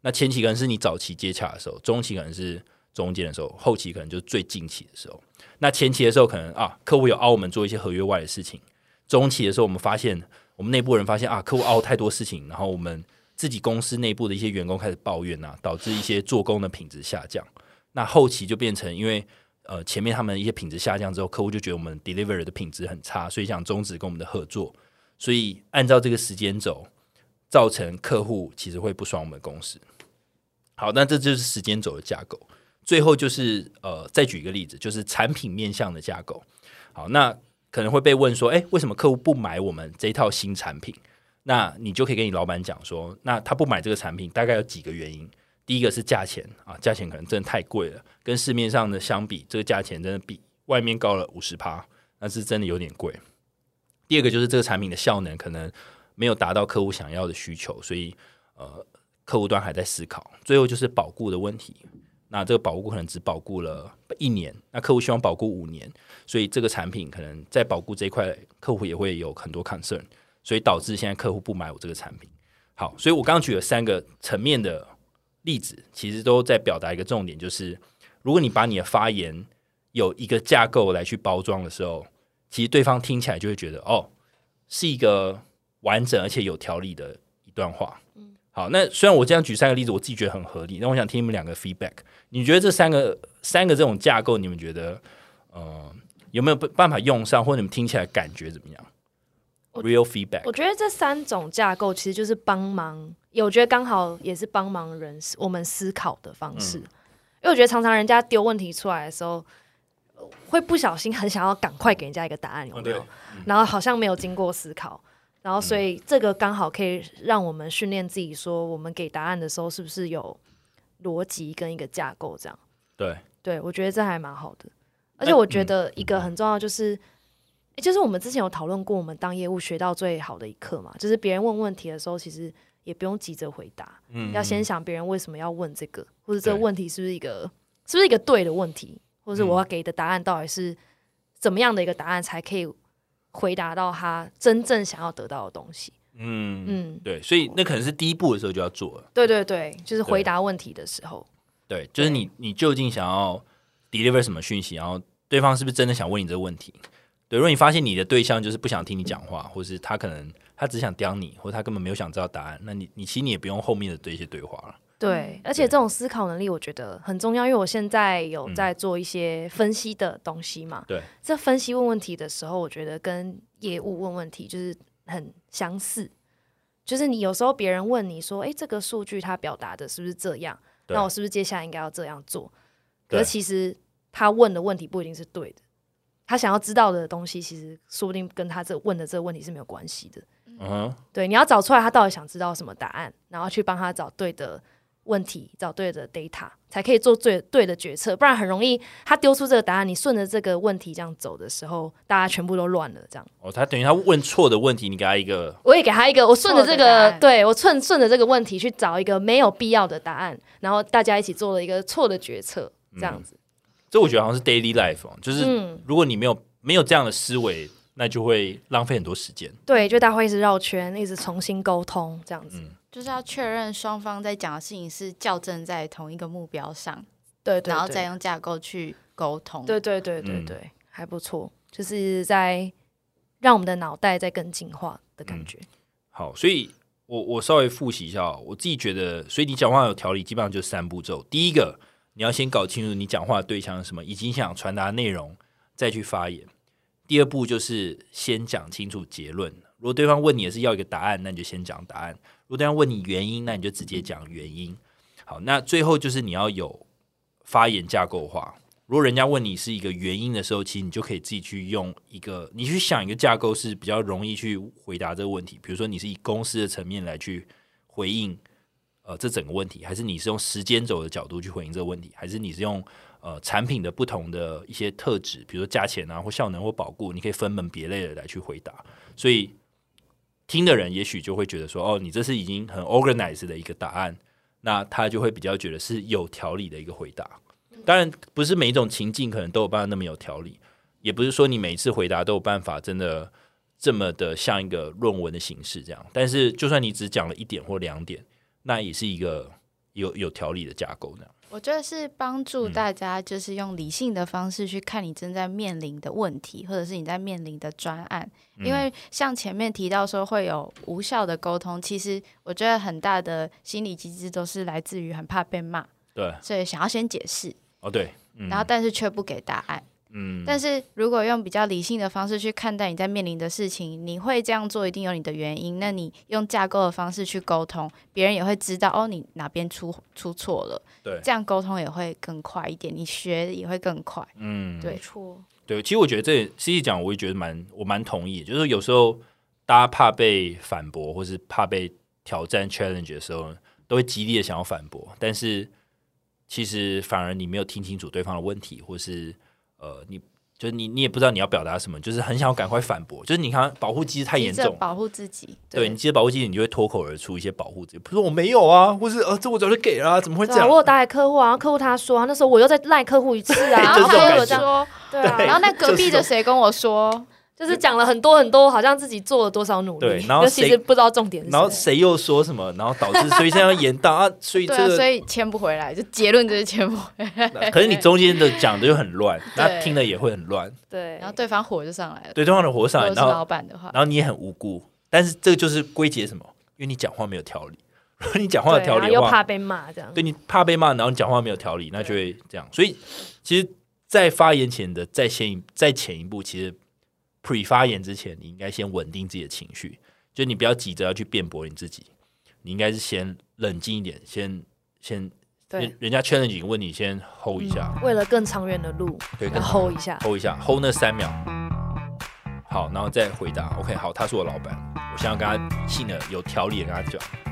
C: 那前期可能是你早期接洽的时候，中期可能是中间的时候，后期可能就是最近期的时候。那前期的时候可能啊，客户有凹我们做一些合约外的事情，中期的时候我们发现我们内部人发现啊，客户凹太多事情，然后我们自己公司内部的一些员工开始抱怨啊，导致一些做工的品质下降。那后期就变成因为呃前面他们一些品质下降之后，客户就觉得我们 deliver 的品质很差，所以想终止跟我们的合作。所以按照这个时间轴，造成客户其实会不爽我们公司。好，那这就是时间轴的架构。最后就是呃，再举一个例子，就是产品面向的架构。好，那可能会被问说，哎，为什么客户不买我们这一套新产品？那你就可以跟你老板讲说，那他不买这个产品，大概有几个原因。第一个是价钱啊，价钱可能真的太贵了，跟市面上的相比，这个价钱真的比外面高了五十趴，那是真的有点贵。第二个就是这个产品的效能可能没有达到客户想要的需求，所以呃，客户端还在思考。最后就是保固的问题，那这个保固可能只保固了一年，那客户希望保固五年，所以这个产品可能在保固这一块，客户也会有很多 concern，所以导致现在客户不买我这个产品。好，所以我刚刚举了三个层面的例子，其实都在表达一个重点，就是如果你把你的发言有一个架构来去包装的时候，其实对方听起来就会觉得哦，是一个完整而且有条理的一段话。嗯，好，那虽然我这样举三个例子，我自己觉得很合理，那我想听你们两个 feedback，你觉得这三个三个这种架构，你们觉得呃有没有办法用上，或者你们听起来感觉怎么样？Real feedback，
B: 我觉得这三种架构其实就是帮忙，也我觉得刚好也是帮忙人思我们思考的方式，因为我觉得常常人家丢问题出来的时候，呃会不小心很想要赶快给人家一个答案，有
C: 哦
B: 没有？然后好像没有经过思考，然后所以这个刚好可以让我们训练自己，说我们给答案的时候是不是有逻辑跟一个架构这样。
C: 对，
B: 对，我觉得这还蛮好的。而且我觉得一个很重要就是，诶就是我们之前有讨论过，我们当业务学到最好的一课嘛，就是别人问问题的时候，其实也不用急着回答，
C: 嗯
B: 要先想别人为什么要问这个，或者这个
C: 对
B: 问题是不是一个是不是一个对的问题，或者是我
C: 嗯
B: 要给的答案到底是怎么样的一个答案才可以回答到他真正想要得到的东西。
C: 嗯嗯，
B: 嗯，
C: 对，所以那可能是第一步的时候就要做了。
B: 对对对，就是回
C: 对
B: 答问题的时候，
C: 对，就是你你究竟想要 deliver 什么讯息，然后对方是不是真的想问你这个问题？对，如果你发现你的对象就是不想听你讲话，或是他可能他只想刁你，或他根本没有想知道答案，那你你其实你也不用后面的这些对话了。
B: 对，而且这种思考能力我觉得很重要，因为我现在有在做一些分析的东西嘛。
C: 嗯对，
B: 这分析问问题的时候，我觉得跟业务问问题就是很相似，就是你有时候别人问你说：“诶，这个数据它表达的是不是这样？
C: 对
B: 那我是不是接下来应该要这样做？”可是
C: 对
B: 其实他问的问题不一定是对的，他想要知道的东西，其实说不定跟他这问的这个问题是没有关系的。
C: 嗯哼，
B: 对，你要找出来他到底想知道什么答案，然后去帮他找对的问题，找对的 data，才可以做最对的决策。不然很容易他丢出这个答案，你顺着这个问题这样走的时候，大家全部都乱了。这样，
C: 哦，他等于他问错的问题，你给他一个
B: 我也给他一个，我顺着
A: 错
B: 这
A: 的答
B: 个，
A: 案
B: 对我顺顺着这个问题去找一个没有必要的答案，然后大家一起做了一个错的决策，
A: 嗯
B: 这样子。
C: 这我觉得好像是 daily life，、哦、就是
B: 嗯
C: 如果你没有没有这样的思维，那就会浪费很多时间。
B: 对，就大家会一直绕圈，一直重新沟通，这样子。
A: 就是要确认双方在讲的事情是校正在同一个目标上，
B: 对对对，
A: 然后再用架构去沟通。
B: 对对对对
C: 嗯
B: 对，还不错，就是在让我们的脑袋在更进化的
C: 嗯
B: 感觉。
C: 好，所以我我稍微复习一下、哦，我自己觉得，所以你讲话有条理，基本上就是三步骤。第一个，你要先搞清楚你讲话的对象是什么，以及你想传达的内容，再去发言。第二步就是先讲清楚结论。如果对方问你也是要一个答案，那你就先讲答案；如果对方问你原因，那你就直接讲原因。好，那最后就是你要有发言架构化。如果人家问你是一个原因的时候，其实你就可以自己去用一个，你去想一个架构是比较容易去回答这个问题。比如说，你是以公司的层面来去回应呃这整个问题，还是你是用时间轴的角度去回应这个问题，还是你是用呃产品的不同的一些特质，比如说价钱啊或效能或保固，你可以分门别类的来去回答。所以听的人也许就会觉得说，哦，你这是已经很 organized 的一个答案，那他就会比较觉得是有条理的一个回答。当然，不是每一种情境可能都有办法那么有条理，也不是说你每一次回答都有办法真的这么的像一个论文的形式这样。但是，就算你只讲了一点或两点，那也是一个有有条理的架构这样。
A: 我觉得是帮助
B: 嗯
A: 大家，就是用理性的方式去看你正在面临的问题，或者是你在面临的专案。因
B: 嗯
A: 为像前面提到说会有无效的沟通，其实我觉得很大的心理机制都是来自于很怕被骂，
C: 对，
A: 所以想要先解释，
C: 哦对，嗯
A: 然后但是却不给答案。
C: 嗯，
A: 但是如果用比较理性的方式去看待你在面临的事情，你会这样做一定有你的原因。那你用架构的方式去沟通，别人也会知道哦，你哪边出出错了，
C: 对，
A: 这样沟通也会更快一点，你学也会更快。
C: 嗯，
A: 对
B: 没错，
C: 对，其实我觉得这细细讲，我也觉得蛮我蛮同意，就是有时候大家怕被反驳，或是怕被挑战 challenge 的时候，都会极力的想要反驳，但是其实反而你没有听清楚对方的问题，或是呃，你就是你你也不知道你要表达什么，就是很想要赶快反驳，就是你看保护机制太
A: 急
C: 严
A: 着
C: 重。
A: 保护自己，
C: 对你记得保护机制，你就会脱口而出一些保护自己，不是我没有啊，或是呃这我早就给了、啊，怎么会这
B: 对啊，
C: 样？
B: 我有打给客户啊，然后客户他说啊，那时候我又再赖客户一次 啊，然
A: 然
B: 后
A: 后
C: 就是
A: 他跟
B: 他又
C: 这种
B: 有
A: 我
B: 这样，
A: 说，
B: 对啊，
A: 然后那隔壁的谁跟我说，
B: 就是讲了很多很多，好像自己做了多少努力，
C: 对然后
B: 就其
C: 谁
B: 实不知道重点是什
C: 然后
B: 么。
C: 谁又说什么，然后导致所以这样延宕啊，所以这
A: 对啊，
C: 个
A: 所以签不回来，就结论就是签不回来，
C: 那 可是你中间的讲的就很乱，那听了也会很乱。
B: 对，
A: 然后对方火就上来了。
C: 对，对方的火
A: 如
C: 上
A: 果
C: 来，
A: 是
C: 然
A: 老
C: 后
A: 板的话，
C: 然后你也很无辜，但是这就是归结什么？因为你讲话没有条理。 如果你讲话有
B: 对
C: 条
B: 然
C: 理
B: 后
C: 的
B: 又
C: 话
B: 怕，被骂这样。
C: 对你怕被骂，然后你讲话没有条理，那就会这样。所以其实，在发言前的再先一再前一步，其实 pre 发言之前，你应该先稳定自己的情绪，就你不要急着要去辩驳你自己，你应该是先冷静一点，先先人
B: 对，嗯
C: 人家 challenge 你问你先 hold 一下。
B: 为了更长远的路，
C: 对
B: 要
C: 更
B: hold 一下。
C: hold 一下，hold 那三秒。好，然后再回答。OK，好，他是我老板，我想要跟他理性的、有条理的跟他讲。啊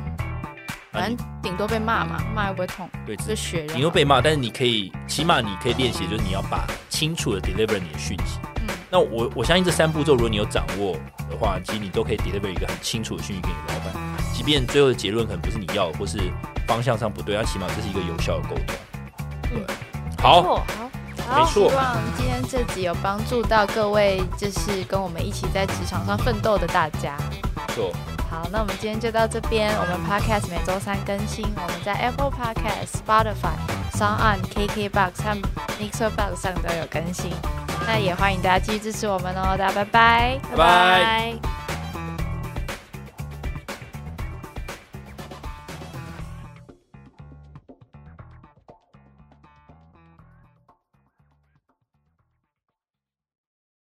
A: 反
C: 你
A: 正顶多被骂嘛，骂又不会痛，
C: 对，
A: 就学人。
C: 你又被骂，但是你可以，起码你可以练习，就是你要把清楚的 deliver 你的讯息。
A: 嗯
C: 那我我相信这三步骤，如果你有掌握的话，其实你都可以 deliver 一个很清楚的讯息给你的老板，即便最后的结论可能不是你要的，或是方向上不对，但起码这是一个有效的沟通。对，
B: 没
C: 好，
B: 错，好，
C: 没
B: 好，
A: 希
C: 错，
A: 望今天这集有帮助到各位，就是跟我们一起在职场上奋斗的大家。
C: 没错。
A: 好，那我们今天就到这边。我们
C: 嗯
A: Podcast 每周三更新，我们在 Apple Podcast、Spotify、Sound On、KKBox 和 Mixer Box 上都有更新。那也欢迎大家继续支持我们哦，大家拜拜。
C: 拜拜。